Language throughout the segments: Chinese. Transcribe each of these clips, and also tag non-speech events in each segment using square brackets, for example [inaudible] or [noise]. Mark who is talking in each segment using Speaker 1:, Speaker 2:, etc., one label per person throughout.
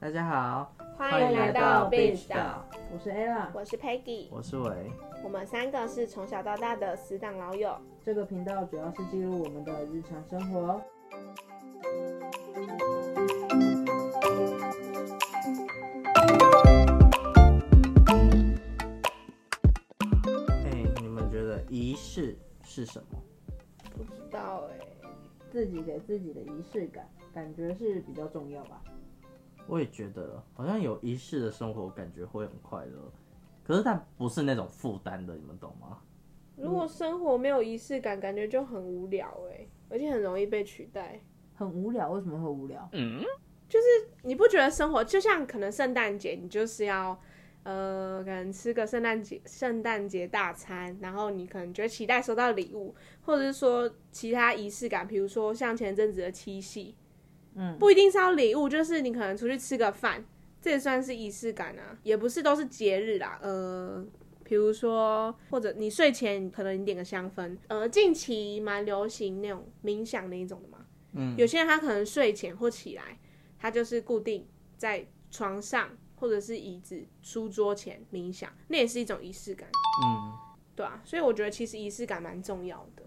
Speaker 1: 大家好，
Speaker 2: 欢迎来到 Binge 岛，
Speaker 3: 我是 Ella。
Speaker 2: 我是 Peggy，
Speaker 1: 我是伟。
Speaker 2: 我们三个是从小到大的死党老友。
Speaker 3: 这个频道主要是记录我们的日常生活。哦
Speaker 1: 哎、你们觉得仪式是什么？
Speaker 2: 不知道哎、
Speaker 3: 自己给自己的仪式感，感觉是比较重要吧。
Speaker 1: 我也觉得好像有仪式的生活，感觉会很快乐。可是但不是那种负担的，你们懂吗？
Speaker 2: 如果生活没有仪式感，感觉就很无聊哎、而且很容易被取代。
Speaker 3: 很无聊，为什么会无聊？
Speaker 1: 嗯，
Speaker 2: 你不觉得生活就像可能圣诞节，你就是要呃，可能吃个圣诞节圣诞节大餐，然后你可能就会期待收到礼物，或者是说其他仪式感，比如说像前阵子的七夕，
Speaker 3: 嗯，
Speaker 2: 不一定是要礼物，就是你可能出去吃个饭，这也算是仪式感啊，也不是都是节日啦，呃。比如说，或者你睡前可能你点个香氛，呃，近期蛮流行那种冥想那一种的嘛。嗯，有些人他可能睡前或起来，他就是固定在床上或者是椅子、书桌前冥想，那也是一种仪式感，
Speaker 1: 嗯，
Speaker 2: 对啊，所以我觉得其实仪式感蛮重要的。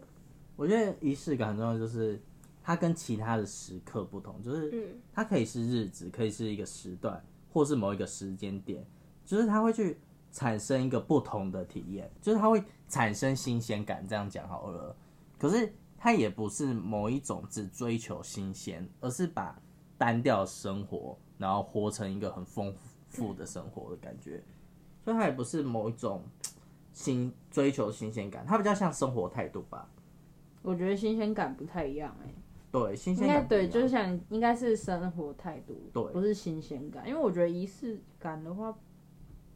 Speaker 1: 我觉得仪式感很重要，就是它跟其他的时刻不同，就是它可以是日子，可以是一个时段，或是某一个时间点，就是它会去产生一个不同的体验，就是它会产生新鲜感。这样讲好了，可是它也不是某一种只追求新鲜，而是把单调生活，然后活成一个很丰富的生活的感觉，所以它也不是某一种新追求新鲜感，它比较像生活态度吧。
Speaker 3: 我觉得新鲜感不太一样哎、
Speaker 1: 对，新
Speaker 3: 应
Speaker 1: 鲜
Speaker 3: 该
Speaker 1: 感不一
Speaker 3: 对，
Speaker 1: 样
Speaker 3: 就是像应该是生活态度，
Speaker 1: 对
Speaker 3: 不是新鲜感。因为我觉得仪式感的话，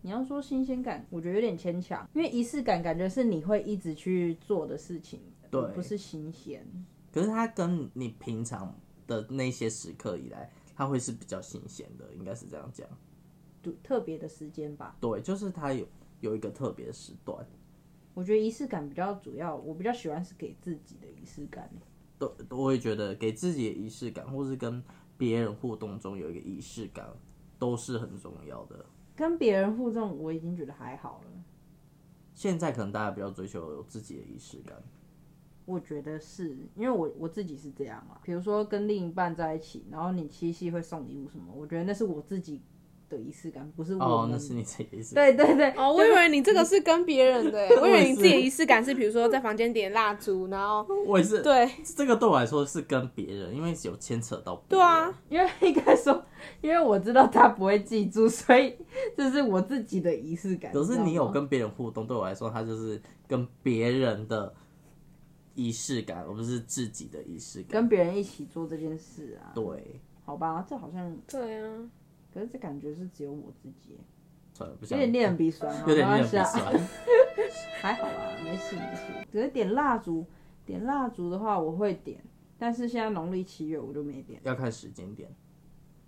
Speaker 3: 你要说新鲜感，我觉得有点牵强，因为仪式感感觉是你会一直去做的事情，
Speaker 1: 对
Speaker 3: 不是新鲜。
Speaker 1: 可是它跟你平常的那些时刻以来，它会是比较新鲜的，应该是这样讲。
Speaker 3: 独特别的时间吧。
Speaker 1: 对，就是它有有一个特别的时段。
Speaker 3: 我觉得仪式感比较主要，我比较喜欢是给自己的仪式感。
Speaker 1: 对，我也觉得给自己的仪式感，或是跟别人互动中有一个仪式感，都是很重要的。
Speaker 3: 跟别人互动，我已经觉得还好了。
Speaker 1: 现在可能大家比较追求有自己的仪式感，
Speaker 3: 我觉得是因为我我自己是这样啊，比如说跟另一半在一起，然后你七夕会送礼物什么，我觉得那是我自己的仪式感，不是我们。
Speaker 1: 哦，那是你自己的仪式感。
Speaker 3: 对对对，
Speaker 2: 哦，我以为你这个是跟别人 [laughs] 的欸，
Speaker 1: 我
Speaker 2: 我以
Speaker 1: 也
Speaker 2: 为
Speaker 1: 是
Speaker 2: 你自己的仪式感是比如说在房间点蜡烛，然 [laughs] 后
Speaker 1: 我也是，
Speaker 2: 对
Speaker 1: 这个对我来说是跟别人，因为有牵扯到别
Speaker 2: 对啊
Speaker 1: 人，
Speaker 3: 因为应该说，因为我知道他不会记住，所以这是我自己的仪式感。
Speaker 1: 可是你
Speaker 3: 知道
Speaker 1: 有
Speaker 3: 吗
Speaker 1: 跟别人互动，对我来说，它就是跟别人的仪式感，而不是自己的仪式感。
Speaker 3: 跟别人一起做这件事啊？
Speaker 1: 对，
Speaker 3: 好吧，这好像，
Speaker 2: 对啊，
Speaker 3: 可是这感觉是只有我自己，
Speaker 1: 算了，不
Speaker 3: 有
Speaker 1: 想
Speaker 3: 点令人鼻酸啊，
Speaker 1: 有点练
Speaker 3: 没关
Speaker 1: 不
Speaker 3: 系啊
Speaker 1: 酸。
Speaker 3: 还好啦，没事没事。可是点蜡烛，点蜡烛的话我会点，但是现在农历七月我就没点，
Speaker 1: 要看时间点，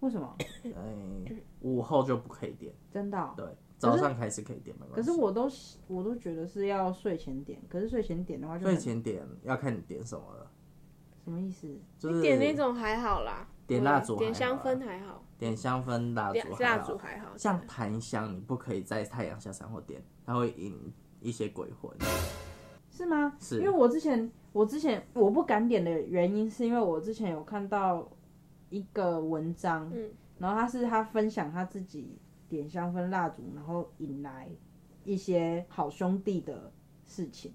Speaker 3: 为什么？
Speaker 1: [coughs] 哎，午后就不可以点，
Speaker 3: 真的哦、
Speaker 1: 对，啊早上开始可以点，没
Speaker 3: 可
Speaker 1: 关
Speaker 3: 是
Speaker 1: 系。
Speaker 3: 我都我都觉得是要睡前点，可是睡前点的话就很
Speaker 1: 睡前点要看你点什么了，
Speaker 3: 什么意思？
Speaker 1: 就
Speaker 2: 你
Speaker 1: 是
Speaker 2: 点那种还好啦，
Speaker 1: 点蜡烛
Speaker 2: 对
Speaker 1: 还好
Speaker 2: 点香
Speaker 1: 啊
Speaker 2: 氛还好，
Speaker 1: 点香氛蜡
Speaker 2: 点
Speaker 1: 烛还
Speaker 2: 蜡
Speaker 1: 好，
Speaker 2: 烛还好，
Speaker 1: 像檀香，你不可以在太阳下山后点，它会引一些鬼魂。
Speaker 3: 是吗？
Speaker 1: 是
Speaker 3: 因为我之前我之前我不敢点的原因是因为我之前有看到一个文章，
Speaker 2: 嗯
Speaker 3: 然后他是他分享他自己点香氛蜡烛，然后引来一些好兄弟的事情。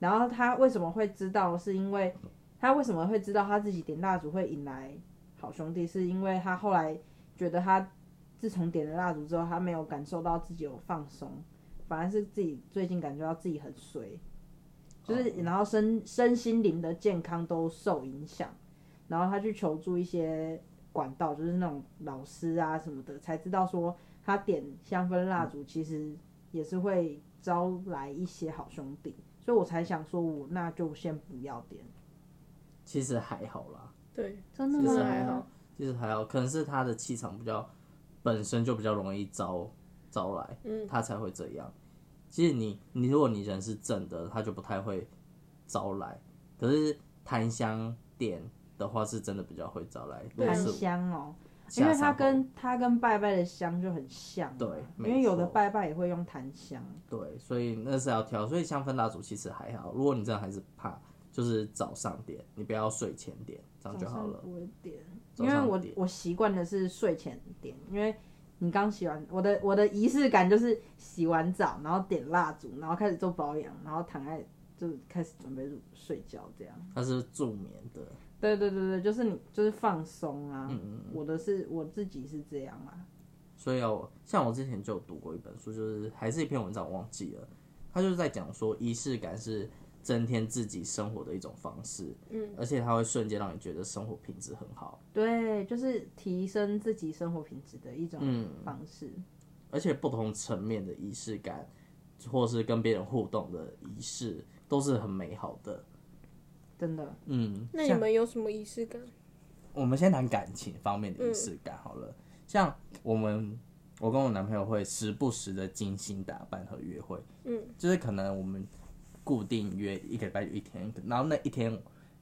Speaker 3: 然后他为什么会知道？是因为他为什么会知道他自己点蜡烛会引来好兄弟？是因为他后来觉得他自从点了蜡烛之后，他没有感受到自己有放松，反而是自己最近感觉到自己很衰，
Speaker 1: 哦
Speaker 3: 就是然后身身心灵的健康都受影响，然后他去求助一些管道，就是那种老师啊什么的，才知道说他点香氛蜡烛其实也是会招来一些好兄弟，所以我才想说我那就先不要点，
Speaker 1: 其实还好啦，
Speaker 2: 对，
Speaker 3: 真
Speaker 2: 其实还好，
Speaker 1: 其实还好，可能是他的气场比较本身就比较容易招招来，
Speaker 2: 嗯
Speaker 1: 他才会这样。其实你你如果你人是正的，他就不太会招来。可是檀香店的话，是真的比较会招来。如果
Speaker 3: 檀
Speaker 1: 是
Speaker 3: 香哦，
Speaker 1: 下
Speaker 3: 因为它
Speaker 1: 山后
Speaker 3: 跟它跟拜拜的香就很像啊，
Speaker 1: 对没
Speaker 3: 因为有的
Speaker 1: 错
Speaker 3: 拜拜也会用檀香，
Speaker 1: 对，所以那是要挑，所以香氛蜡烛其实还好。如果你真的还是怕，就是早上点，你不要睡前点，这样就好了。
Speaker 3: 不会点，
Speaker 1: 早
Speaker 3: 因为
Speaker 1: 上
Speaker 3: 我
Speaker 1: 点
Speaker 3: 我习惯的是睡前点，因为你刚洗完，我的我的仪式感就是洗完澡，然后点蜡烛，然后开始做保养，然后躺在就开始准备入睡觉这样。
Speaker 1: 它是助眠的，
Speaker 3: 对对对对，就是你就是放松啊。
Speaker 1: 嗯嗯
Speaker 3: 我的是我自己是这样啊，
Speaker 1: 所以要像我之前就有读过一本书，就是还是一篇文章，我忘记了，他就是在讲说仪式感是增添自己生活的一种方式，
Speaker 2: 嗯，
Speaker 1: 而且它会瞬间让你觉得生活品质很好，
Speaker 3: 对，就是提升自己生活品质的一种
Speaker 1: 嗯
Speaker 3: 方式。
Speaker 1: 而且不同层面的仪式感，或是跟别人互动的仪式，都是很美好的。
Speaker 3: 真的，
Speaker 1: 嗯，
Speaker 2: 那你
Speaker 1: 像
Speaker 2: 们有什么仪式感？
Speaker 1: 我们先谈感情方面的仪式感好了。像我们，我跟我男朋友会时不时的精心打扮和约会，
Speaker 2: 嗯，
Speaker 1: 就是可能我们固定约一个礼拜就一天，然后那一天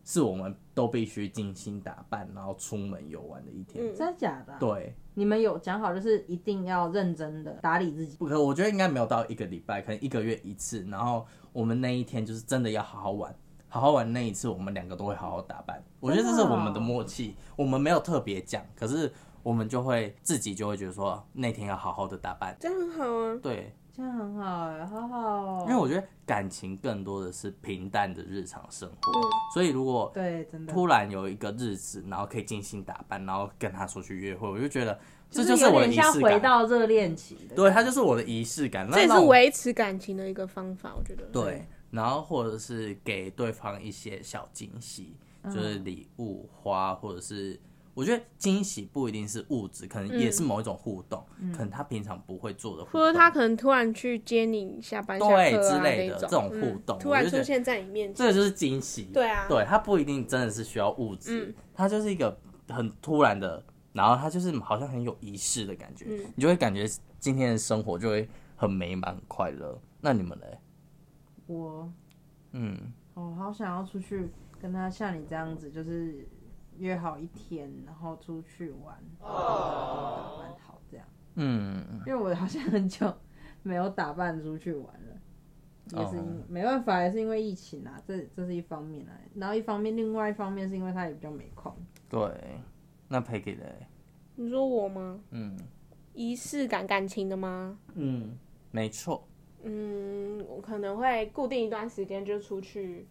Speaker 1: 是我们都必须精心打扮，然后出门游玩的一天。
Speaker 3: 真的假的啊、
Speaker 1: 对，
Speaker 3: 你们有讲好就是一定要认真的打理自己，
Speaker 1: 不可，我觉得应该没有到一个礼拜，可能一个月一次。然后我们那一天就是真的要好好玩，好好玩那一次，我们两个都会好好打扮。我觉得这是我们
Speaker 3: 哦
Speaker 1: 的默契，我们没有特别讲，可是我们就会自己就会觉得说那天要好好的打扮。
Speaker 2: 这样很好啊。
Speaker 1: 对，
Speaker 3: 这样很好哎、好好哦、
Speaker 1: 因为我觉得感情更多的是平淡的日常生活，所以如果
Speaker 3: 嗯对真的
Speaker 1: 突然有一个日子，然后可以精心打扮，然后跟他说去约会，我就觉得这
Speaker 3: 就
Speaker 1: 我
Speaker 3: 有
Speaker 1: 的
Speaker 3: 点
Speaker 1: 仪
Speaker 3: 像
Speaker 1: 式
Speaker 3: 回
Speaker 1: 感。
Speaker 3: 到热恋期的，
Speaker 1: 对，它就是我的仪式感。那
Speaker 2: 这也是
Speaker 1: 让我
Speaker 2: 维持感情的一个方法，我觉得。
Speaker 1: 对，然后或者是给对方一些小惊喜，
Speaker 2: 嗯
Speaker 1: 就是礼物、花，或者是我觉得惊喜不一定是物质，可能也是某一种互动，可能他平常不会做的互动，
Speaker 2: 嗯或者他可能突然去接你下班下课
Speaker 1: 对
Speaker 2: 啊
Speaker 1: 之类的
Speaker 2: 那种
Speaker 1: 这种互动
Speaker 2: 嗯突
Speaker 1: 我
Speaker 2: 然
Speaker 1: 就觉
Speaker 2: 出
Speaker 1: 得
Speaker 2: 现在你面前，
Speaker 1: 这个就是惊喜。
Speaker 2: 对啊嗯
Speaker 1: 对他不一定真的是需要物质，他就是一个很突然的，然后他就是好像很有仪式的感觉，
Speaker 2: 嗯
Speaker 1: 你就会感觉今天的生活就会很美满、很快乐。那你们呢？
Speaker 3: 我
Speaker 1: 嗯，
Speaker 3: 我好想要出去跟他像你这样子，就是约好一天，然后出去玩，然后打扮好这样。
Speaker 1: 嗯，
Speaker 3: 因为我好像很久没有打扮出去玩了，也是因
Speaker 1: 哦
Speaker 3: 没办法，也是因为疫情啊，这这是一方面啊。然后一方面，另外一方面是因为他也比较没空。
Speaker 1: 对。那 Peggy 嘞？
Speaker 2: 你说我吗？
Speaker 1: 嗯
Speaker 2: 仪式感感情的吗？
Speaker 1: 嗯，没错。
Speaker 2: 嗯，我可能会固定一段时间就出去，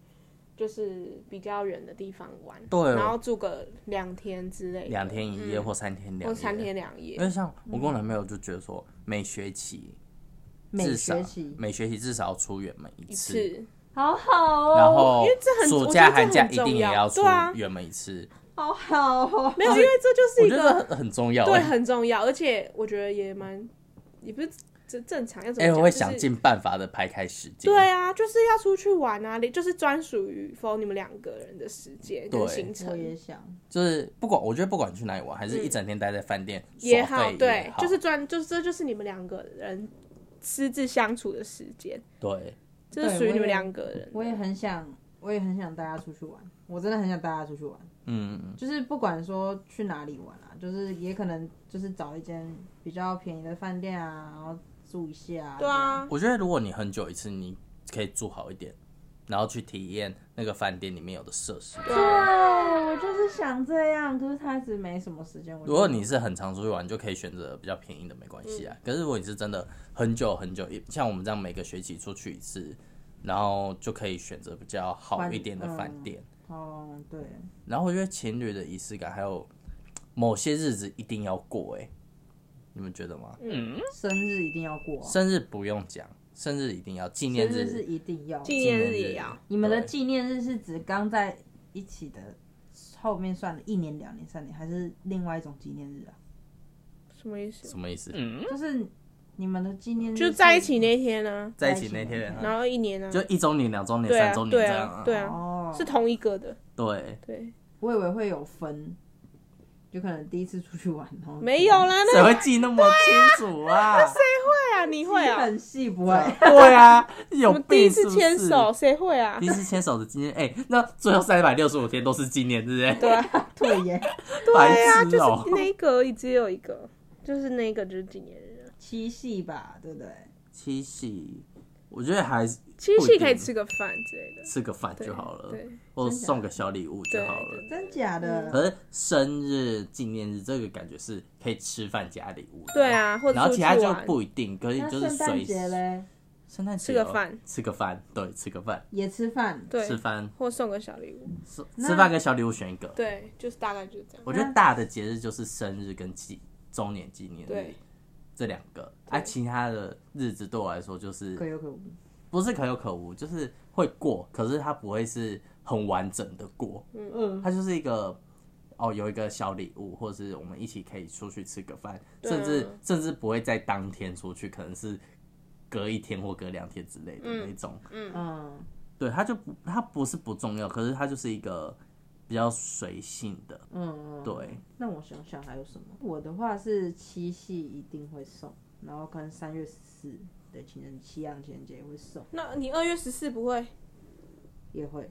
Speaker 2: 就是比较远的地方玩，
Speaker 1: 对
Speaker 2: 然后住个两天之类的，
Speaker 1: 两天一夜或三天两夜，
Speaker 2: 嗯或三天嗯两夜
Speaker 1: 因。为像我跟我男朋友就觉得说，每学期
Speaker 3: 每
Speaker 1: 至少
Speaker 3: 学期
Speaker 1: 每学期至少要出远门一
Speaker 2: 一
Speaker 1: 次，
Speaker 2: 次，
Speaker 3: 好好
Speaker 1: 然
Speaker 3: 哦，
Speaker 1: 后
Speaker 2: 因为这很
Speaker 1: 暑
Speaker 2: 我
Speaker 1: 假
Speaker 2: 觉得这
Speaker 1: 寒假
Speaker 2: 很
Speaker 1: 一
Speaker 2: 重
Speaker 1: 定也
Speaker 2: 要
Speaker 1: 要出
Speaker 2: 对啊
Speaker 1: 远门一次，
Speaker 3: 好好哦，
Speaker 2: 没有，因为这就是
Speaker 1: 我
Speaker 2: 一
Speaker 1: 觉
Speaker 2: 个
Speaker 1: 得这很重要。
Speaker 2: 对
Speaker 1: 哎
Speaker 2: 很重要，而且我觉得也蛮，也不是正正常，要怎么
Speaker 1: 哎，
Speaker 2: 讲？
Speaker 1: 我会
Speaker 2: 就是
Speaker 1: 想尽办法的排开时间。
Speaker 2: 对啊，就是要出去玩啊，就是专属于 for 你们两个人的时间跟
Speaker 1: 对
Speaker 2: 行
Speaker 3: 我也
Speaker 2: 程
Speaker 3: 想。
Speaker 1: 就是不管我觉得不管去哪里玩，还是一整天待在饭店耍
Speaker 2: 嗯好，
Speaker 1: 废
Speaker 2: 对
Speaker 1: 也，好
Speaker 2: 就是专，就是这就是你们两个人私自相处的时间，
Speaker 1: 对。
Speaker 2: 这是
Speaker 3: 对
Speaker 2: 属于
Speaker 3: 我
Speaker 2: 你们
Speaker 3: 也
Speaker 2: 两个人的。
Speaker 3: 我也很想，我也很想带他出去玩，我真的很想带他出去玩，
Speaker 1: 嗯，
Speaker 3: 就是不管说去哪里玩啊，就是也可能就是找一间比较便宜的饭店啊，然后住一下、
Speaker 2: 对，啊，
Speaker 1: 我觉得如果你很久一次，你可以住好一点，然后去体验那个饭店里面有的设施。
Speaker 2: 对
Speaker 3: 对
Speaker 2: 啊，
Speaker 3: 哎我就是想这样，可是他一直没什么时间。我就
Speaker 1: 如果你是很常出去玩，你就可以选择比较便宜的，没关系
Speaker 2: 嗯
Speaker 1: 啊。可是如果你是真的很久很久，像我们这样每个学期出去一次，然后就可以选择比较好一点的饭店。
Speaker 2: 嗯
Speaker 3: 哦，对，
Speaker 1: 然后我觉得情侣的仪式感，还有某些日子一定要过、欸，你们觉得吗？
Speaker 2: 嗯，
Speaker 3: 生日一定要过啊，
Speaker 1: 生日不用讲，生日一定要，纪念
Speaker 3: 生
Speaker 1: 日
Speaker 3: 日是一定要。
Speaker 2: 纪念日
Speaker 1: 日
Speaker 2: 也要。
Speaker 3: 你们的
Speaker 1: 对
Speaker 3: 纪念日是指刚在一起的后面算的一年、两年、三年，还是另外一种纪念日啊？
Speaker 2: 什么意思？
Speaker 1: 什么意思？
Speaker 3: 就是你们的纪念日
Speaker 2: 就是在一起那天呢，
Speaker 1: 在一起那天
Speaker 3: 在一起那天，
Speaker 2: 然后一年呢，啊
Speaker 1: 就一周年、两周年、
Speaker 2: 对
Speaker 1: 三
Speaker 2: 啊
Speaker 1: 周，年这
Speaker 2: 对
Speaker 1: 样、
Speaker 2: 啊，对啊，
Speaker 3: 哦，
Speaker 2: 是同一个的，
Speaker 1: 对，
Speaker 2: 对，
Speaker 3: 我以为会有分，有可能第一次出去玩哦，
Speaker 2: 没有啦，
Speaker 1: 谁
Speaker 2: 那
Speaker 1: 会记那么清楚啊？
Speaker 2: [laughs] 对啊，你
Speaker 3: 记
Speaker 2: 会啊？
Speaker 3: 很细不会，
Speaker 1: 对啊，有
Speaker 2: 我
Speaker 1: 病
Speaker 2: 们第一
Speaker 1: 是
Speaker 2: 次
Speaker 1: 不是
Speaker 2: 牵手，，谁会啊
Speaker 1: 第？一次牵手的纪念，哎、那最后三百六十五天都是纪念，对不对？
Speaker 2: 对啊，
Speaker 3: 对耶，
Speaker 2: 对
Speaker 1: [laughs] 白
Speaker 2: 啊，
Speaker 1: 痴
Speaker 2: 就
Speaker 1: 哦、
Speaker 2: 是那个而已，只有一个，就是那个就是纪念日。
Speaker 3: 七夕吧，对不对？
Speaker 1: 七夕，我觉得还是
Speaker 2: 七
Speaker 1: 不一
Speaker 2: 夕可以
Speaker 1: 定
Speaker 2: 吃个饭之类的，
Speaker 1: 吃个饭
Speaker 2: 对
Speaker 1: 就好了
Speaker 2: 对，
Speaker 1: 或
Speaker 3: 真的
Speaker 1: 送个小礼物就好
Speaker 2: 对
Speaker 1: 了
Speaker 2: 对。
Speaker 3: 真假的？
Speaker 2: 嗯
Speaker 1: 可是生日纪念日这个感觉是可以吃饭加礼物的，
Speaker 2: 对啊，或者
Speaker 1: 然后
Speaker 2: 出
Speaker 1: 其
Speaker 2: 去
Speaker 1: 他就
Speaker 2: 玩，
Speaker 1: 不一定，可以
Speaker 3: 那
Speaker 1: 就是
Speaker 3: 圣诞
Speaker 1: 随
Speaker 3: 节嘞
Speaker 1: 圣诞节
Speaker 2: 吃个
Speaker 1: 哦
Speaker 2: 饭，
Speaker 1: 吃个饭，对，吃个饭，
Speaker 3: 也吃饭，
Speaker 2: 对
Speaker 1: 吃，饭，
Speaker 2: 或送个小礼物，
Speaker 1: 吃
Speaker 3: 那
Speaker 1: 吃饭跟小礼物选一个。
Speaker 2: 对，就是大概就是这样。
Speaker 1: 我觉
Speaker 3: 嗯
Speaker 1: 得大的节日就是生日跟纪周年纪念日
Speaker 2: 对，
Speaker 1: 这两个，啊，其他的日子对我来说就是
Speaker 3: 可有可无。
Speaker 1: 不是可有可无，就是会过，可是它不会是很完整的过，
Speaker 3: 嗯，
Speaker 1: 它就是一个哦，有一个小礼物，或是我们一起可以出去吃个饭，
Speaker 2: 对啊
Speaker 1: 甚至甚至不会在当天出去，可能是隔一天或隔两天之类的那种。
Speaker 3: 嗯，
Speaker 1: 对，它就不它不是不重要，可是它就是一个比较随性的。
Speaker 3: 嗯，
Speaker 1: 对，
Speaker 3: 那我想想还有什么？我的话是七夕一定会送，然后跟三月十四的情人西洋情人节也会送，
Speaker 2: 那你二月十四不会？
Speaker 3: 也会。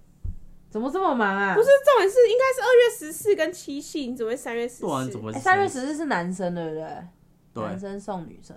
Speaker 3: 怎么这么忙啊？
Speaker 2: 不是，重点是应该是二月十四跟七夕，你怎么会三月十
Speaker 1: 不然啊怎么会
Speaker 2: 四？
Speaker 3: 哎，
Speaker 1: 是
Speaker 3: 三月十四是男生对不对？
Speaker 1: 对
Speaker 3: 男？生送女生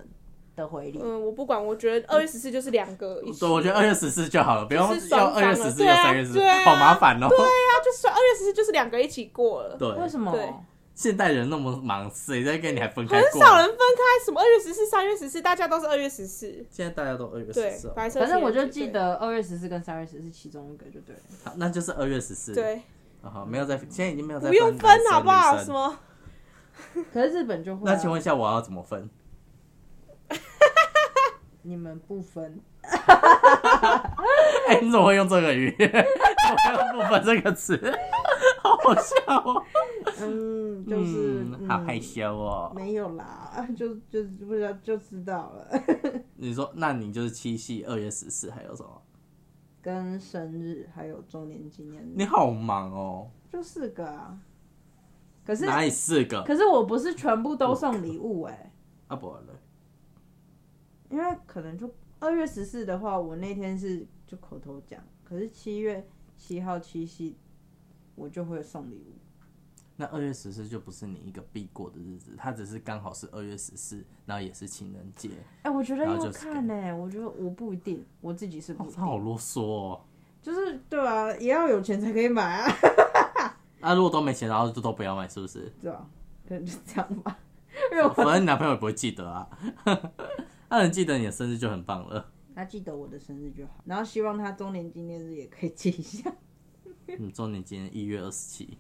Speaker 3: 的回礼。
Speaker 2: 嗯，我不管，我觉得二月十四就是两个一起。
Speaker 1: 对，我觉得二月十四就好了，不用
Speaker 2: 就是
Speaker 1: 要
Speaker 2: 双方
Speaker 1: 二月十四
Speaker 2: 了
Speaker 1: 又三月十四
Speaker 2: 对啊，
Speaker 1: 好麻烦哦。
Speaker 2: 啊，就算二月十四就是两个一起过了，
Speaker 1: 对，
Speaker 3: 为什么？
Speaker 2: 嗯对
Speaker 1: 现代人那么忙，谁在跟你还分开
Speaker 2: 很
Speaker 1: 过？
Speaker 2: 少人分开，什么二月十四、三月十四，大家都是二月十四。
Speaker 1: 现在大家都二月
Speaker 2: 对
Speaker 1: 十四，，哦
Speaker 2: 白色
Speaker 3: 反正我
Speaker 2: 情
Speaker 3: 就
Speaker 2: 人节
Speaker 3: 记，得二月十四跟三月十四其中一个就对了。
Speaker 1: 好那就是二月十四。
Speaker 2: 对，对
Speaker 1: 啊好，没有在，现在已经没有在
Speaker 2: 不用
Speaker 1: 分
Speaker 2: 分好不
Speaker 1: 男
Speaker 2: 好？
Speaker 1: 生
Speaker 2: 什？么？
Speaker 3: [laughs] 可是日本就会啊、
Speaker 1: 那请问一下，我要怎么分？ [laughs]
Speaker 3: 你们不分？
Speaker 1: 哎、你怎么会用这个语？ [laughs] 我用不分这个词， [laughs] 好好笑哦。
Speaker 3: [laughs] 嗯，就是、
Speaker 1: 嗯，好害羞哦。
Speaker 3: 没有啦， [laughs] 就就不知道就知道了。 [laughs]
Speaker 1: 你说，那你就是七夕二月十四，还有什么？
Speaker 3: 跟生日还有周年纪念
Speaker 1: 你
Speaker 3: 日，
Speaker 1: 好忙哦，
Speaker 3: 就四个啊。可是
Speaker 1: 哪里四个？
Speaker 3: 可是我不是全部都送礼物哎、
Speaker 1: 啊，不然嘞
Speaker 3: 因为可能就二月十四的话，我那天是就口头讲，可是七月七号七夕我就会送礼物。
Speaker 1: 那二月十四就不是你一个必过的日子，它只是刚好是二月十四，然后也是情人节。
Speaker 3: 哎、我觉得
Speaker 1: 然后
Speaker 3: 要
Speaker 1: 就是
Speaker 3: 看呢、欸我觉得我不一定，我自己是不
Speaker 1: 哦
Speaker 3: 一，定，
Speaker 1: 他好啰嗦哦。
Speaker 3: 就是对啊，也要有钱才可以买啊，
Speaker 1: 那、啊如果都没钱，然后就都不要买，是不是？
Speaker 3: 对吧、可能就这样吧，
Speaker 2: 哎
Speaker 3: 因为我
Speaker 1: 反正你男朋友也不会记得啊。他能记得你的生日就很棒了。
Speaker 3: [laughs] 他记得我的生日就好，然后希望他周年纪念日也可以记一下。 [laughs]
Speaker 1: 嗯，周年纪念一月二十七，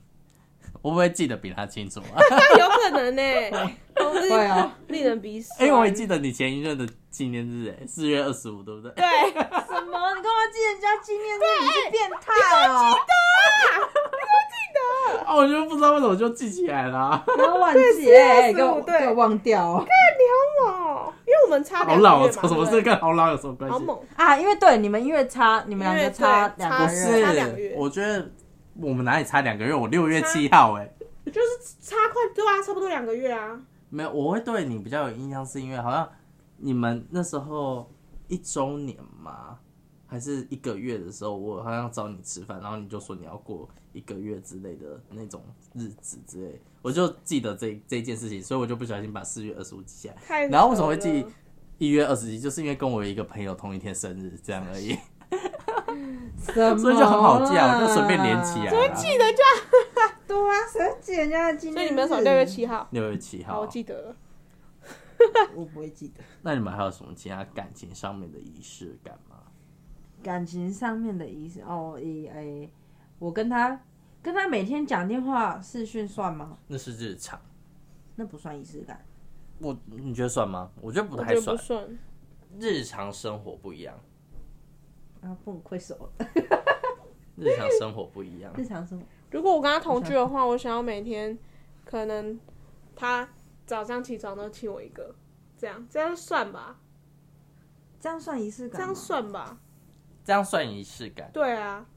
Speaker 1: 我不会记得比他清楚啊？ [laughs]
Speaker 2: 那有可能呢，我们
Speaker 3: 会哦，
Speaker 2: 令人鼻酸。
Speaker 1: 因啊哎为我也记得你前一任的纪念日，哎，四月二十五，对不对？
Speaker 2: 对，啊
Speaker 3: 什么？你干嘛记人家纪念日？你是变态哦、
Speaker 1: 啊，我就不知道为什么就记起来了
Speaker 2: [laughs]
Speaker 1: 啊、
Speaker 3: 不要忘记哎、
Speaker 2: 对
Speaker 3: 给我
Speaker 2: 15对
Speaker 3: 给我忘掉哦
Speaker 2: 哦，因为我们差
Speaker 1: 好
Speaker 2: 两
Speaker 1: 老，
Speaker 2: 个
Speaker 1: 我
Speaker 2: 月嘛，
Speaker 1: 操，什么
Speaker 2: 对
Speaker 1: 事跟好老有什么关
Speaker 2: 好
Speaker 1: 系？
Speaker 2: 猛，
Speaker 3: 啊！因为对你们因为差，你们两
Speaker 2: 因
Speaker 3: 个
Speaker 2: 为
Speaker 3: 差
Speaker 2: 对
Speaker 3: 两
Speaker 1: 不
Speaker 3: 个
Speaker 2: 差
Speaker 1: 是
Speaker 2: 啊差两个月，
Speaker 1: 我觉得我们哪里差两个月？我六月七号，哎，
Speaker 2: 就是差快对啊，差不多两个月啊。
Speaker 1: 没有，我会对你比较有印象，是因为好像你们那时候一周年嘛，还是一个月的时候，我好像找你吃饭，然后你就说你要过一个月之类的那种日子之类，我就记得这这件事情，所以我就不小心把四月二十五记下来。
Speaker 2: 太
Speaker 1: 然后为什么会
Speaker 2: 扯了
Speaker 1: 记一月二十一，就是因为跟我一个朋友同一天生日，这样而
Speaker 2: 哦
Speaker 1: 已，
Speaker 3: 什么？
Speaker 1: [laughs] 所以就很好记啊，我就随便连起来。了。
Speaker 2: 记得就好
Speaker 3: 对啊，谁会记人家的纪
Speaker 2: 所
Speaker 3: 念
Speaker 2: 以
Speaker 3: 日？
Speaker 2: 你们从六月
Speaker 3: 啊
Speaker 2: 七号，
Speaker 1: 六月七
Speaker 2: 好，我
Speaker 1: 号，啊
Speaker 2: 记得了。
Speaker 3: 我不会记得。
Speaker 1: 那你们还有什么其他感情上面的仪式感吗？
Speaker 3: 感情上面的意思哦，诶、诶、我跟他跟他每天讲电话视讯算吗？
Speaker 1: 那是日常，
Speaker 3: 那不算仪式感。
Speaker 1: 我你觉得算吗？我觉得不
Speaker 2: 我
Speaker 1: 太
Speaker 2: 觉得
Speaker 1: 算
Speaker 2: 不。算，
Speaker 1: 日常生活不一样，
Speaker 3: 啊，不能挥手，
Speaker 1: 日常生活不一样。
Speaker 3: 日常生活
Speaker 2: 如果我跟他同居的话，我想要每天可能他早上起床都亲我一个，这样这样算吧，
Speaker 3: 这样算仪式
Speaker 2: 这
Speaker 3: 感吗？
Speaker 2: 样算吧。
Speaker 1: 这样算仪式感，
Speaker 2: 对啊，嗯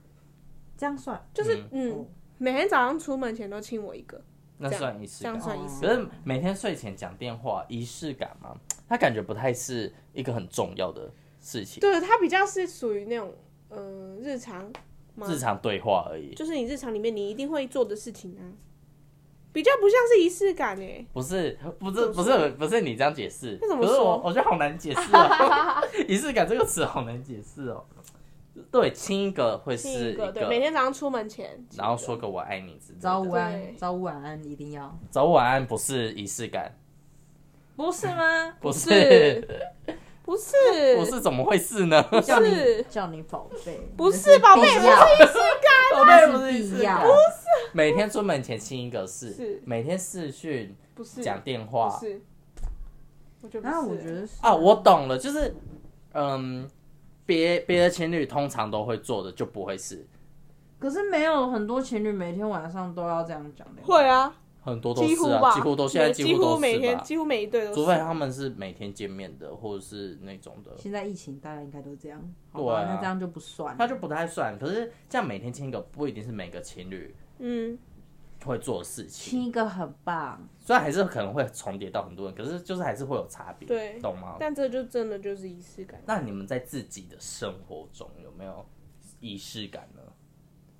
Speaker 3: 这样算，
Speaker 2: 就是
Speaker 3: 哦
Speaker 2: 嗯，每天早上出门前都亲我一个，
Speaker 1: 那算仪式
Speaker 2: 这样
Speaker 1: 感。
Speaker 2: 算仪式
Speaker 1: 可
Speaker 2: 感。
Speaker 1: 是每天睡前讲电话，仪式感嘛，他感觉不太是一个很重要的事情，
Speaker 2: 对，它比较是属于那种嗯、呃日常吗？
Speaker 1: 日常对话而已。
Speaker 2: 就是你日常里面你一定会做的事情啊，比较不像是仪式感哎、
Speaker 1: 不是，不是，不是，不是你这样解释。
Speaker 2: 那怎么
Speaker 1: 可是
Speaker 2: 说
Speaker 1: 我我觉得好难解释
Speaker 2: [laughs]
Speaker 1: 哦。仪式感这个词好难解释哦。对，亲一个会
Speaker 2: 亲
Speaker 1: 是
Speaker 2: 一个对，每天早上出门前，
Speaker 1: 然后说个我爱你之类的。
Speaker 3: 早午
Speaker 2: 对
Speaker 3: 安，早午晚安一定要，
Speaker 1: 早晚安不是仪式感，
Speaker 3: 不是吗？
Speaker 1: 不
Speaker 2: 是
Speaker 1: 是，
Speaker 2: 不是
Speaker 1: [laughs] 不是怎么会是呢？[laughs]
Speaker 2: 不
Speaker 3: 叫你
Speaker 2: 是
Speaker 3: 叫你宝贝，
Speaker 2: 不
Speaker 3: 这
Speaker 2: 是宝贝
Speaker 3: 必要，
Speaker 1: 宝贝
Speaker 3: 这是必
Speaker 1: 仪式
Speaker 3: 要
Speaker 1: 感，每天出门前亲一个是
Speaker 2: 是，
Speaker 1: 每天视讯
Speaker 2: 不是
Speaker 1: 讲电
Speaker 2: 不
Speaker 1: 话
Speaker 2: 是，我觉得不
Speaker 3: 然后
Speaker 2: 是
Speaker 3: 我
Speaker 2: 欸
Speaker 3: 觉得是
Speaker 1: 啊，我懂了，就是嗯，别别的情侣通常都会做的就不会是，
Speaker 3: 可是没有很多情侣每天晚上都要这样讲的。
Speaker 2: 会啊，
Speaker 1: 很多都
Speaker 2: 几
Speaker 1: 是
Speaker 2: 乎
Speaker 1: 啊，
Speaker 2: 吧，
Speaker 1: 几乎都现在
Speaker 2: 每
Speaker 1: 几乎都
Speaker 2: 每
Speaker 1: 是
Speaker 2: 天
Speaker 1: 吧，
Speaker 2: 几乎每一对都是，
Speaker 1: 除非他们是每天见面的，或者是那种的，
Speaker 3: 现在疫情大家应该都这样，好
Speaker 1: 对
Speaker 3: 吧
Speaker 1: 啊？
Speaker 3: 那这样就不算。
Speaker 1: 那就不太算。可是这样每天亲一个不一定是每个情侣
Speaker 2: 嗯，
Speaker 1: 会做的事情。
Speaker 3: 亲一个很棒，
Speaker 1: 虽然还是可能会重叠到很多人，可是就是还是会有差别，
Speaker 2: 对
Speaker 1: 懂吗？
Speaker 2: 但这就真的就是仪式感，
Speaker 1: 那你们在自己的生活中有没有仪式感呢？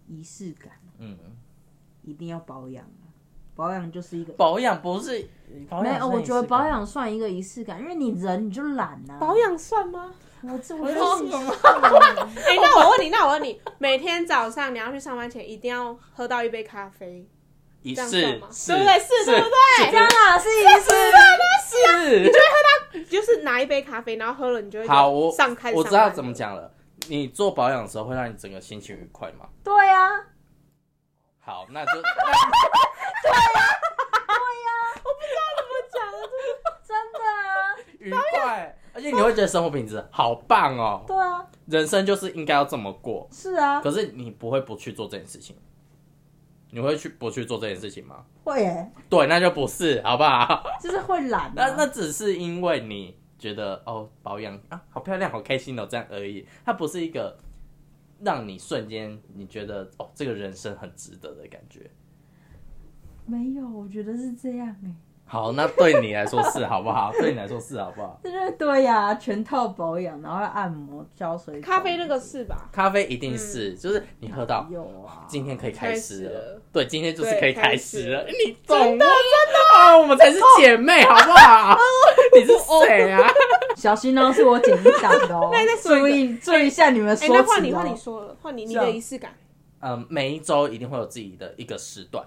Speaker 3: 仪式感
Speaker 1: 嗯，
Speaker 3: 一定要保养啊，保养就是一个。
Speaker 1: 保养不是保
Speaker 3: 没
Speaker 1: 养
Speaker 3: 有，
Speaker 1: 算
Speaker 3: 我
Speaker 1: 仪式
Speaker 3: 觉得
Speaker 1: 感
Speaker 3: 保养算一个仪式感，因为你人你就懒呐、啊。
Speaker 2: 保，养算吗？
Speaker 3: 我这我
Speaker 1: 不是
Speaker 3: 就是
Speaker 1: 什么
Speaker 2: 哎、那我问你，那我问你，每天早上你要去上班前一定要喝到一杯咖啡，
Speaker 1: 仪
Speaker 2: 这样
Speaker 1: 式，
Speaker 2: 算吗
Speaker 1: 是
Speaker 2: 对不对是对不对啊
Speaker 1: 是
Speaker 3: 当然啊是仪式感。
Speaker 1: 是
Speaker 2: 就是拿一杯咖啡，然后喝了你就会
Speaker 1: 好，我
Speaker 2: 上开
Speaker 1: 我知道怎么，讲了。你做保养的时候会让你整个心情愉快吗？
Speaker 3: 对呀、啊，
Speaker 1: 好，那就 [laughs] 那
Speaker 3: 真的啊，
Speaker 1: 愉快，而且你会觉得生活品质好棒哦。
Speaker 3: 对啊，
Speaker 1: 人生就是应该要这么过，
Speaker 3: 是啊，
Speaker 1: 可是你不会不去做这件事情，你会去不去做这件事情吗？
Speaker 3: 会、欸，
Speaker 1: 对，那就不是，好不好？
Speaker 3: 就是会懒、
Speaker 1: 那
Speaker 3: 啊。
Speaker 1: 那只是因为你觉得哦，保养啊，好漂亮，好开心哦，这样而已。它不是一个让你瞬间你觉得哦，这个人生很值得的感觉。
Speaker 3: 没有，我觉得是这样哎、
Speaker 1: 好，那对你来说是好不好？对你来说是好不好？
Speaker 3: 这就是对呀、全套保养，然后按摩、浇水、
Speaker 2: 咖啡那个是吧？
Speaker 1: 咖啡一定是，就是你喝到
Speaker 3: 有啊，
Speaker 1: 今天可以开始
Speaker 2: 开
Speaker 1: 了，
Speaker 2: 始了
Speaker 1: 对，今天就是可以开始了。
Speaker 2: 对
Speaker 1: 你懂真的真的啊，我们才是姐妹，
Speaker 2: 哦
Speaker 1: 好不好？ [laughs] 你是谁啊？
Speaker 3: 小心哦、是我剪一档的哦、
Speaker 2: [laughs] 那你再说一
Speaker 3: 注
Speaker 2: 个
Speaker 3: 意注意一下你们
Speaker 2: 哎、
Speaker 3: 说、哦
Speaker 2: 那换你换你，说了，换你你
Speaker 3: 是啊
Speaker 2: 的仪式感，
Speaker 1: 嗯，每一周一定会有自己的一个时段，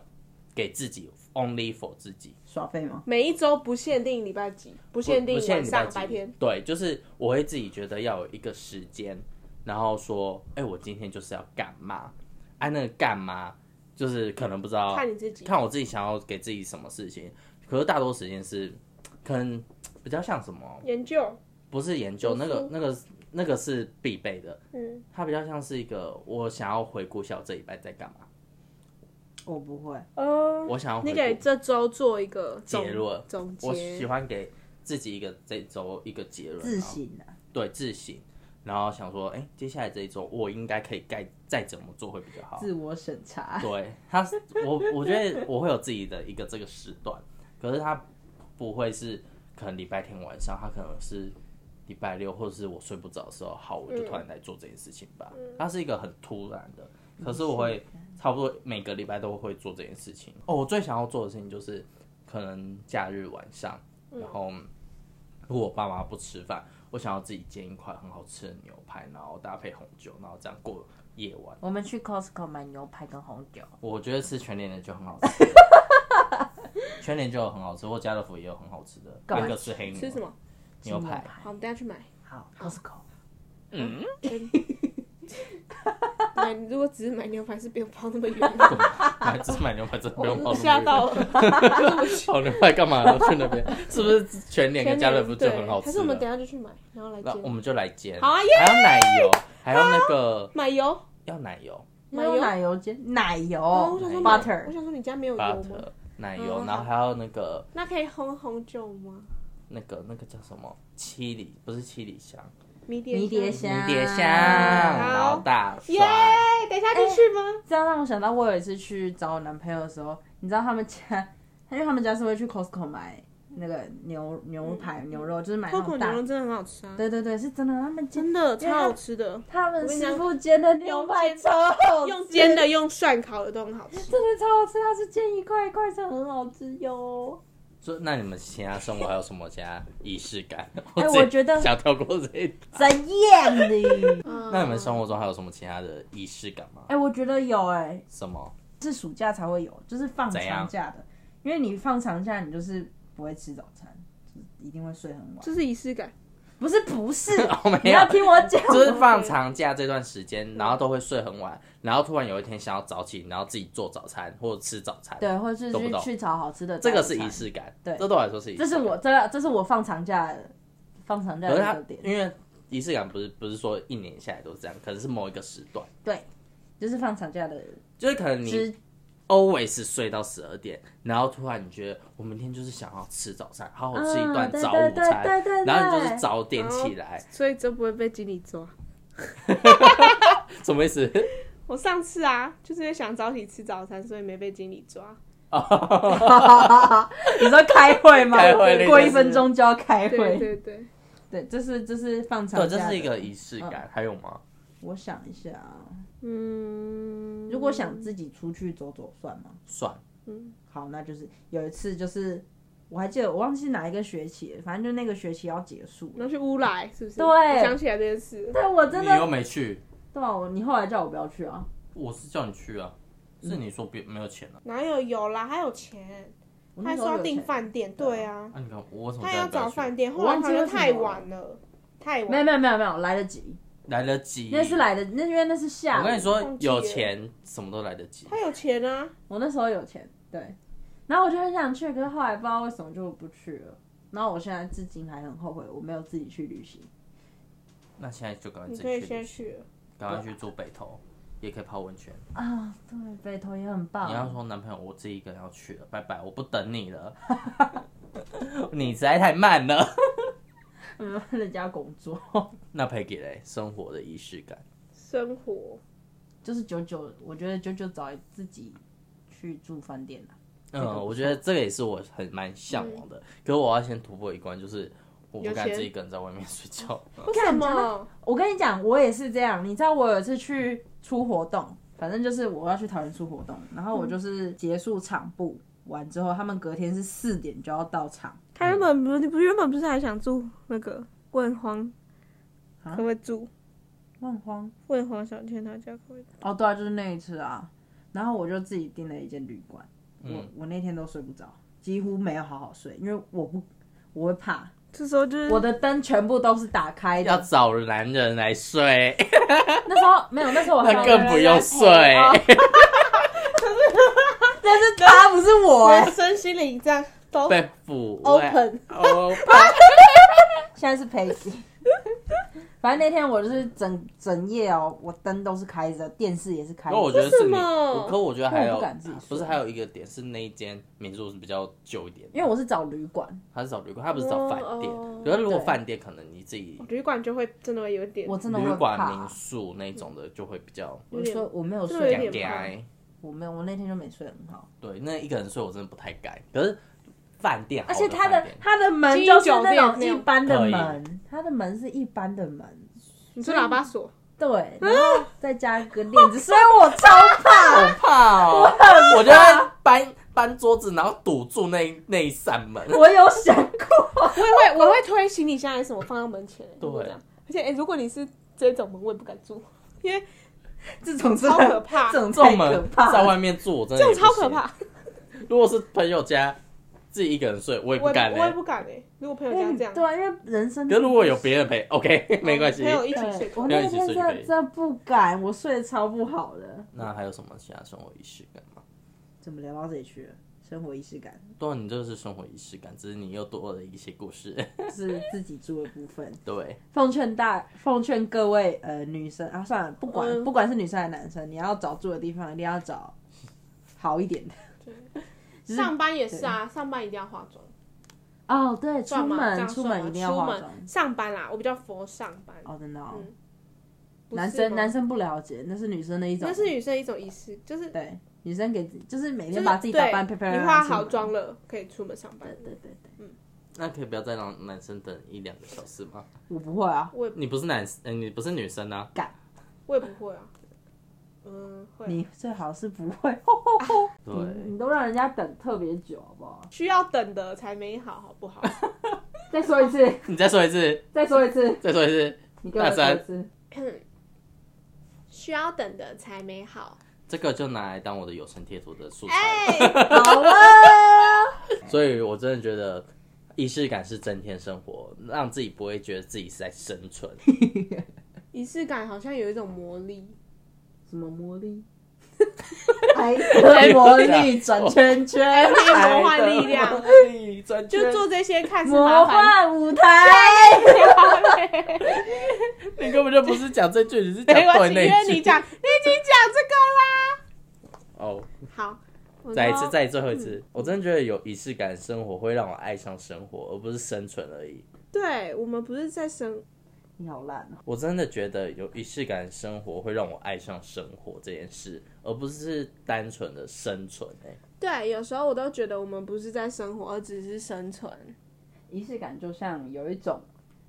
Speaker 1: 给自己 only for 自己，
Speaker 3: 耍废吗？
Speaker 2: 每一周不限定礼拜几，不
Speaker 1: 不
Speaker 2: 限定
Speaker 1: 不限
Speaker 2: 晚
Speaker 1: 礼拜
Speaker 2: 上
Speaker 1: 几
Speaker 2: 白天，。
Speaker 1: 对，就是我会自己觉得要有一个时间，然后说，哎、我今天就是要干嘛？哎、那个干嘛？就是可能不知道，
Speaker 2: 看你自己
Speaker 1: 看我自己想要给自己什么事情。可是大多时间是，可能比较像什么？
Speaker 2: 研究，
Speaker 1: 不是研究
Speaker 2: 读
Speaker 1: 那个
Speaker 2: 书
Speaker 1: 那个那个是必备的，
Speaker 2: 嗯，
Speaker 1: 它比较像是一个我想要回顾一下我这礼拜在干嘛，
Speaker 3: 我不会，
Speaker 2: 呃，
Speaker 1: 我想要回
Speaker 2: 你给
Speaker 1: 顾。
Speaker 2: 这周做一个总
Speaker 1: 结论
Speaker 2: 总
Speaker 1: 我喜
Speaker 2: 结，
Speaker 1: 欢给自己一个这周一个结论，
Speaker 3: 自
Speaker 1: 然后
Speaker 3: 省啊，
Speaker 1: 对自省，然后想说，哎、接下来这一周我应该可以该再怎么做会比较好。
Speaker 3: 自我审查。
Speaker 1: 对他，我我觉得我会有自己的一个这个时段，可是他不会是可能礼拜天晚上，他可能是礼拜六或者是我睡不着的时候，好，我就突然来做这件事情吧。它是一个很突然的，可是我会差不多每个礼拜都会做这件事情。哦，我最想要做的事情就是可能假日晚上，然后如果我爸妈不吃饭，我想要自己煎一块很好吃的牛排，然后搭配红酒，然后这样过夜晚。
Speaker 3: 我们去 Costco 买牛排跟红酒，
Speaker 1: 我觉得吃全脸的就很好
Speaker 2: [laughs]
Speaker 1: 吃，全脸就有很好吃，或家乐福也有很好吃的，
Speaker 3: 干嘛
Speaker 1: 那个是黑牛
Speaker 2: 吃什么？
Speaker 1: 牛
Speaker 3: 吃
Speaker 1: 排。
Speaker 2: 好，我们等一下去买。
Speaker 3: 好，Costco
Speaker 1: 嗯，
Speaker 2: 买如果只是买牛排是不用跑那么远的，
Speaker 1: 买只是买牛排真的 [laughs] 不用
Speaker 2: 我
Speaker 1: 跑
Speaker 2: 吓到了。
Speaker 1: 跑牛排干嘛？去那
Speaker 2: [laughs]
Speaker 1: 边是不是全脸跟家乐福就很好
Speaker 2: 还
Speaker 1: 吃
Speaker 2: 是我们
Speaker 1: 了？
Speaker 2: 等一下就去买，然后来
Speaker 1: 那我
Speaker 2: 煎。
Speaker 1: 们就来煎，
Speaker 2: 好啊耶啊
Speaker 1: 还有奶油，还有那个
Speaker 2: 买油，
Speaker 1: 要奶油
Speaker 3: 没
Speaker 2: 奶油
Speaker 3: 有奶油煎奶油
Speaker 2: 哦我想说买
Speaker 3: butter
Speaker 2: 我想说你家没有油吗
Speaker 1: butter？奶油，
Speaker 2: 嗯
Speaker 1: 然后还有那个
Speaker 2: 那可以烘红酒吗？
Speaker 1: 那个那个叫什么？七里不是七里香，
Speaker 2: 迷迭
Speaker 3: 迷迭
Speaker 1: 迷
Speaker 3: 香，
Speaker 1: 迭香，
Speaker 2: 好
Speaker 1: 然后大
Speaker 2: 耶
Speaker 1: 蒜，
Speaker 3: 哎
Speaker 2: 等一下就去吗？
Speaker 3: 这样让我想到，我有一次去找我男朋友的时候，你知道他们家 [laughs] 因为他们家是会去 Costco 买那个牛牛排、嗯牛肉，就是买那
Speaker 2: ，Coco
Speaker 3: 种
Speaker 2: 牛
Speaker 3: 大
Speaker 2: 肉。真的很好吃啊，
Speaker 3: 对对对，是真的，他们煎
Speaker 2: 真的超
Speaker 3: 因为它
Speaker 2: 好吃的，
Speaker 3: 他们
Speaker 2: 跟你讲
Speaker 3: 师傅煎的牛排超好吃，
Speaker 2: 用煎的、用涮烤的都很好吃。
Speaker 3: 真的超好吃，它是煎一块一块的，很好吃哟。
Speaker 1: 就那你们其他生活还有什么其他仪式感？
Speaker 3: 哎
Speaker 1: 自己
Speaker 3: 我觉得
Speaker 1: 想跳过这一段。 [laughs]
Speaker 3: 怎样的？
Speaker 1: 那你们生活中还有什么其他的仪式感吗？
Speaker 3: 哎、我觉得有哎、
Speaker 1: 什么？
Speaker 3: 是暑假才会有，就是放
Speaker 1: 怎样
Speaker 3: 长假的，因为你放长假，你就是不会吃早餐，就是一定会睡很晚。
Speaker 2: 这是仪式感，
Speaker 3: 不是不是
Speaker 1: [laughs] 我哦没有，
Speaker 3: 你要听 [laughs] 我讲，
Speaker 1: 就是放长假这段时间，然后都会睡很晚，然后突然有一天想要早起，然后自己做早餐或者吃早餐，
Speaker 3: 对，或是
Speaker 1: 懂不
Speaker 3: 去
Speaker 1: 懂
Speaker 3: 去找好吃的。
Speaker 1: 这个是仪，式感。
Speaker 3: 对
Speaker 1: 这对我来说是仪式
Speaker 3: 这
Speaker 1: 感。
Speaker 3: 是我这这是我放长假的放长假
Speaker 1: 可是
Speaker 3: 的一
Speaker 1: 它
Speaker 3: 个点，
Speaker 1: 因为仪式感不是不是说一年下来都是这样，可能是某一个时段，
Speaker 3: 对，就是放长假的
Speaker 1: 就是可能你 [laughs]
Speaker 3: 之
Speaker 1: always 睡到十二点，然后突然你觉得我明天就是想要吃早餐，好好吃一
Speaker 2: 啊
Speaker 1: 顿
Speaker 3: 嗯对
Speaker 1: 早
Speaker 3: 对
Speaker 1: 午
Speaker 3: 对
Speaker 1: 餐，
Speaker 3: 对对对
Speaker 1: 然后你就是早点起来，
Speaker 2: 所以这不会被经理抓。
Speaker 1: 什么意
Speaker 2: [laughs]
Speaker 1: 思？
Speaker 2: 我上次啊，就是因为想早起吃早餐，所以没被经理抓。
Speaker 3: [laughs] 你说开会吗？
Speaker 1: 开会那个
Speaker 3: 过一分钟就要开会。
Speaker 2: 对对对，
Speaker 3: 对这是这是放长
Speaker 1: 对，
Speaker 3: 假。
Speaker 1: 这是一个。仪式感。还有吗？
Speaker 3: 我想一下啊，
Speaker 2: 嗯，
Speaker 3: 如果想自己出去走走算吗？
Speaker 1: 算，
Speaker 3: 好，那就是有一次就是我还记得我忘记哪一个学期了，反正就那个学期要结束
Speaker 2: 你
Speaker 3: 了。
Speaker 2: 要去乌来，是不是？
Speaker 3: 对
Speaker 2: 我想起来这件事。
Speaker 3: 但我真
Speaker 1: 你
Speaker 3: 的
Speaker 1: 又没去，
Speaker 3: 对啊，我你后来叫我不要去啊。
Speaker 1: 我是叫你去啊，是你说别没有钱啊？
Speaker 2: 哪有有啦，还有钱，
Speaker 3: 我
Speaker 2: 还
Speaker 3: 那时
Speaker 2: 说
Speaker 3: 候
Speaker 2: 要
Speaker 3: 有
Speaker 2: 订
Speaker 3: 钱
Speaker 2: 饭店，对啊，
Speaker 1: 啊，你看我为什么
Speaker 2: 他
Speaker 1: 叫
Speaker 2: 要
Speaker 1: 你不要
Speaker 2: 找
Speaker 1: 去
Speaker 2: 饭店，
Speaker 3: 我
Speaker 2: 后来
Speaker 3: 忘记
Speaker 2: 好像
Speaker 3: 为什么
Speaker 2: 太
Speaker 3: 了
Speaker 2: 晚了，太晚。
Speaker 3: 没有没有没有没有来得及，
Speaker 1: 来得及。
Speaker 3: 那是来的，那因为那是下午。
Speaker 1: 我跟你说
Speaker 2: 忘，记了
Speaker 1: 有钱什么都来得及。
Speaker 2: 他有钱啊，
Speaker 3: 我那时候有钱，对，然后我就很想去，可是后来不知道为什么就不去了。然后我现在至今还很后悔，我没有自己去旅行。
Speaker 1: 那现在就赶快
Speaker 2: 你
Speaker 1: 自
Speaker 2: 可
Speaker 1: 己
Speaker 2: 以
Speaker 1: 去
Speaker 2: 先
Speaker 1: 旅行，
Speaker 2: 去了。
Speaker 1: 赶快去住北投，也可以泡温泉。
Speaker 3: 啊，对，北投也很棒。
Speaker 1: 你
Speaker 3: [laughs]
Speaker 1: 要说男朋友，我自己一个人要去了，拜拜，我不等你了。 [laughs] 你实在太慢了。
Speaker 3: 嗯，人家工作 [laughs]
Speaker 1: 那 Peggy 嘞，生活的仪式感，
Speaker 2: 生活
Speaker 3: 就是九九，我觉得九九找自己去住饭店啊。
Speaker 1: 嗯
Speaker 3: 个不，错嗯
Speaker 1: 我觉得这个也是我很蛮向往的。可是我要先突破一关，就是我不
Speaker 2: 有
Speaker 1: 敢
Speaker 2: 钱
Speaker 1: 自己一个人在外面睡觉。
Speaker 2: 为什么？
Speaker 3: 我跟你讲，我也是这样。你知道我有一次去出活动，反正就是我要去桃园出活动，然后我就是结束场部完之后，他们隔天是四点就要到场。
Speaker 2: 他原本不，你不原本不是还想住那个汶荒，可不可以住
Speaker 3: 万荒
Speaker 2: 汶荒小天他家？可不可以住？
Speaker 3: 哦，对啊，就是那一次啊。然后我就自己订了一间旅馆，我
Speaker 1: 嗯，
Speaker 3: 我那天都睡不着，几乎没有好好睡，因为我不我会怕，
Speaker 2: 这时候就是
Speaker 3: 我的灯全部都是打开
Speaker 1: 要
Speaker 3: 的。
Speaker 1: 找男人来睡，
Speaker 3: 那时候没有，那时候我还
Speaker 1: 那
Speaker 3: 有
Speaker 1: 更不用睡。
Speaker 3: 哦但是他不是我哎、
Speaker 2: 人生心灵这样都
Speaker 1: [laughs] 被抚慰
Speaker 2: open，
Speaker 1: [laughs] 哦，
Speaker 3: 现在是 Peggy。反正那天我就是整整夜哦，我灯都是开着，电视也是开
Speaker 1: 因为我
Speaker 3: 着。
Speaker 1: 觉得是
Speaker 2: 为什
Speaker 1: 你，
Speaker 2: 么
Speaker 1: 我可我觉得还
Speaker 3: 因为我
Speaker 1: 有
Speaker 3: 不敢自己睡
Speaker 1: 不是还有一个点是那一间民宿是比较旧一点，
Speaker 3: 因为我是找旅馆，
Speaker 1: 他是找旅馆，他不是找饭店。
Speaker 2: 哦哦
Speaker 1: 可是如果
Speaker 3: 对
Speaker 1: 饭店，可能你自己
Speaker 2: 旅馆就会真的会有点
Speaker 3: 我真的
Speaker 1: 旅
Speaker 3: 会
Speaker 1: 馆、
Speaker 3: 怕
Speaker 1: 民。宿那种的就会比较
Speaker 3: 我就说我没有
Speaker 2: 真的有
Speaker 3: 睡
Speaker 2: 点
Speaker 3: 很
Speaker 2: 怕
Speaker 3: 好，
Speaker 1: 嗲。
Speaker 3: 我没有，我那天就没睡很好。
Speaker 1: 对，那一个人睡我真的不太敢。可是饭店好
Speaker 3: 而且
Speaker 1: 的
Speaker 3: 他
Speaker 1: 饭
Speaker 3: 的
Speaker 2: [laughs]
Speaker 1: 店
Speaker 3: 他的门
Speaker 2: 金
Speaker 3: 就是
Speaker 2: 酒店
Speaker 3: 那种
Speaker 2: 那
Speaker 3: 一
Speaker 2: 样
Speaker 3: 般的
Speaker 1: 可以
Speaker 3: 门，他的门是一般的门，
Speaker 2: 你说喇叭锁，
Speaker 3: 对，然后再加一个链子，所以我超怕。
Speaker 1: 好怕哦，我就会搬搬桌子，然后堵住那那一扇门。
Speaker 3: 我有想过，
Speaker 2: 我也会我会推行李箱还是什么放到门前，
Speaker 1: 对
Speaker 2: 就是这样而且哎，如果你是这种门，我也不敢住，因为
Speaker 3: 这种真
Speaker 2: 超
Speaker 3: 的
Speaker 2: 可怕
Speaker 3: 这种
Speaker 1: 这种
Speaker 3: 太可
Speaker 1: 门
Speaker 3: 怕
Speaker 1: 在
Speaker 3: 了。
Speaker 1: 外面住，我真
Speaker 2: 这
Speaker 1: 的也不
Speaker 2: 种 [laughs] 超可
Speaker 1: 行。
Speaker 2: 怕，
Speaker 1: 如果是朋友家自己一个人睡，我也不
Speaker 2: 我也
Speaker 1: 敢欸
Speaker 2: 不我也
Speaker 1: 嘞。
Speaker 2: 不敢哎。如果朋友
Speaker 3: 因为
Speaker 2: 家
Speaker 3: 你
Speaker 2: 这样，
Speaker 3: 对啊，因为人生
Speaker 1: 可是如果有别人陪，OK，没
Speaker 2: [laughs]
Speaker 1: 关系
Speaker 2: 朋。友一起睡
Speaker 3: 对，
Speaker 2: 过
Speaker 3: 我
Speaker 1: 没有
Speaker 3: 那
Speaker 1: 一起
Speaker 3: 天
Speaker 1: 睡
Speaker 3: 真
Speaker 1: 就可
Speaker 3: 的
Speaker 1: 以
Speaker 3: 真的不敢，我睡得超不好的。
Speaker 1: 那还有什么其他生活仪式感吗？
Speaker 3: 怎么聊到这里去了？生活仪式感
Speaker 1: 对啊，你这个是生活仪式感，只是你又多了一些故事。 [laughs]
Speaker 3: 是自己住的部分。
Speaker 1: 对，
Speaker 3: 奉劝大，奉劝各位呃女生啊，算了，不管、
Speaker 2: 嗯
Speaker 3: 不管是女生还是男生，你要找住的地方一定要找好一点的。就是
Speaker 2: 上班也是啊，上班一定要化妆，
Speaker 3: 哦，对， [laughs] 出
Speaker 2: 算吗？这
Speaker 3: 门
Speaker 2: 样
Speaker 3: 出
Speaker 2: 算吗
Speaker 3: 门一定要化妆
Speaker 2: 出。门上班啦，我比较佛上班，
Speaker 3: 哦，真的哦，
Speaker 2: 嗯不是
Speaker 3: 男生
Speaker 2: 吗
Speaker 3: 男生不了解，那是女生的一种。
Speaker 2: 那是女生一种仪式，就是
Speaker 3: 对，女生给自己就是每
Speaker 2: 就
Speaker 3: 天
Speaker 2: 是
Speaker 3: 把自己打扮
Speaker 2: 对
Speaker 3: 漂漂亮亮，
Speaker 2: 你化
Speaker 3: 出门
Speaker 2: 好妆了，可以出门上班。
Speaker 3: 对对对，
Speaker 1: 那可以不要再让男生等一两个小时吗？
Speaker 3: 我不会啊，
Speaker 2: 我也
Speaker 1: 你不是男，呃、你不是女生啊，
Speaker 2: 我也不会啊，嗯，会
Speaker 3: 你最好是不会， [laughs]
Speaker 1: 对，
Speaker 3: 嗯
Speaker 2: 嗯
Speaker 3: 你都让人家等特别久，好不好？
Speaker 2: 需要等的才美好，好
Speaker 3: [laughs]
Speaker 2: 不好？
Speaker 3: 再说一 [laughs] 次，
Speaker 1: 你再说一次，
Speaker 3: 再说一次，
Speaker 1: 再说一次，
Speaker 3: 你给我
Speaker 1: 大
Speaker 3: 说
Speaker 1: 三
Speaker 3: 一次。
Speaker 2: 需要等的才美好。
Speaker 1: 这个就拿来当我的有声贴图的素材。
Speaker 2: 哎、
Speaker 3: [laughs] 好啊了，
Speaker 1: [laughs]
Speaker 3: [laughs]
Speaker 1: 所以我真的觉得仪式感是增添生活，让自己不会觉得自己是在生存。
Speaker 2: 仪式感好像有一种魔力，
Speaker 3: [laughs] 什么魔 [laughs] 力？爱的魔力转圈 [laughs] 圈，
Speaker 2: 魔幻力量
Speaker 1: 哎转
Speaker 2: 就
Speaker 1: 圈
Speaker 2: 做这些看似
Speaker 3: 魔
Speaker 2: 麻烦，
Speaker 3: 幻 [laughs] 舞台。
Speaker 1: [laughs] 你根本就不是讲这句，你是讲
Speaker 2: [laughs] 没
Speaker 1: 对
Speaker 2: 关系，因为
Speaker 1: 那
Speaker 2: 你
Speaker 1: 句。
Speaker 2: 讲，你已经讲
Speaker 1: 哦，
Speaker 2: 这个啦。好，我
Speaker 1: 再一次，
Speaker 2: 说
Speaker 1: 再最后一次，我真的觉得有仪式感，生活会让我爱上生活，而不是生存而已。
Speaker 2: 对我们不是在生，
Speaker 3: 你好烂哦！
Speaker 1: 我真的觉得有仪式感，生活会让我爱上生活这件事，而不是单纯的生存、欸。
Speaker 2: 对，有时候我都觉得我们不是在生活，而只是生存。
Speaker 3: 仪式感就像有一种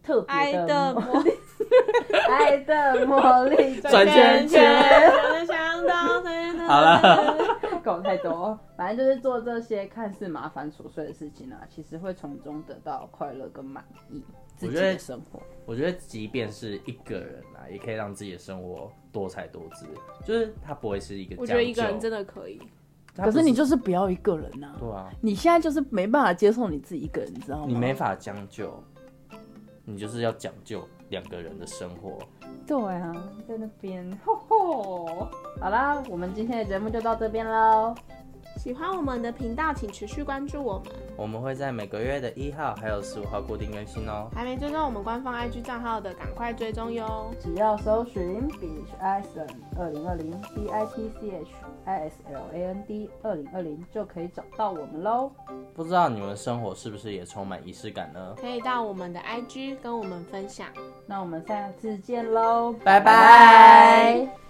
Speaker 3: 特
Speaker 2: 爱
Speaker 3: 别
Speaker 2: 的
Speaker 3: 魔
Speaker 2: 魔力，
Speaker 3: [laughs] 爱的魔力
Speaker 1: 转圈圈
Speaker 2: 转圈想到
Speaker 1: 好了，
Speaker 3: 搞太多，反正就是做这些看似麻烦琐碎的事情啊，其实会从中得到快乐跟满意自
Speaker 1: 我
Speaker 3: 己
Speaker 1: 觉得
Speaker 3: 的生活。
Speaker 1: 我觉得即便是一个人啊，也可以让自己的生活多彩多姿，就是他不会是一个
Speaker 2: 我觉得一个
Speaker 1: 将就
Speaker 2: 人真，的可以。
Speaker 1: 它
Speaker 3: 可
Speaker 1: 不
Speaker 3: 是你就是不要一个人呐、
Speaker 1: 对啊，
Speaker 3: 你现在就是没办法接受你自己一个人，你知道吗？
Speaker 1: 你没法将就，你就是要讲究两个人的生活。
Speaker 3: 对啊，在那边，吼吼。好啦，我们今天的节目就到这边喽，
Speaker 2: 喜欢我们的频道，请持续关注我们。
Speaker 1: 我们会在每个月的一号还有十五号固定更新哦。
Speaker 2: 还没追踪我们官方 IG 账号的，赶快追踪哟！
Speaker 3: 只要搜寻 Beach Island 二零二零 B I T C H I S L A N D 二零二零就可以找到我们喽。
Speaker 1: 不知道你们生活是不是也充满仪式感呢？
Speaker 2: 可以到我们的 IG 跟我们分享。
Speaker 3: 那我们下次见喽，
Speaker 1: 拜拜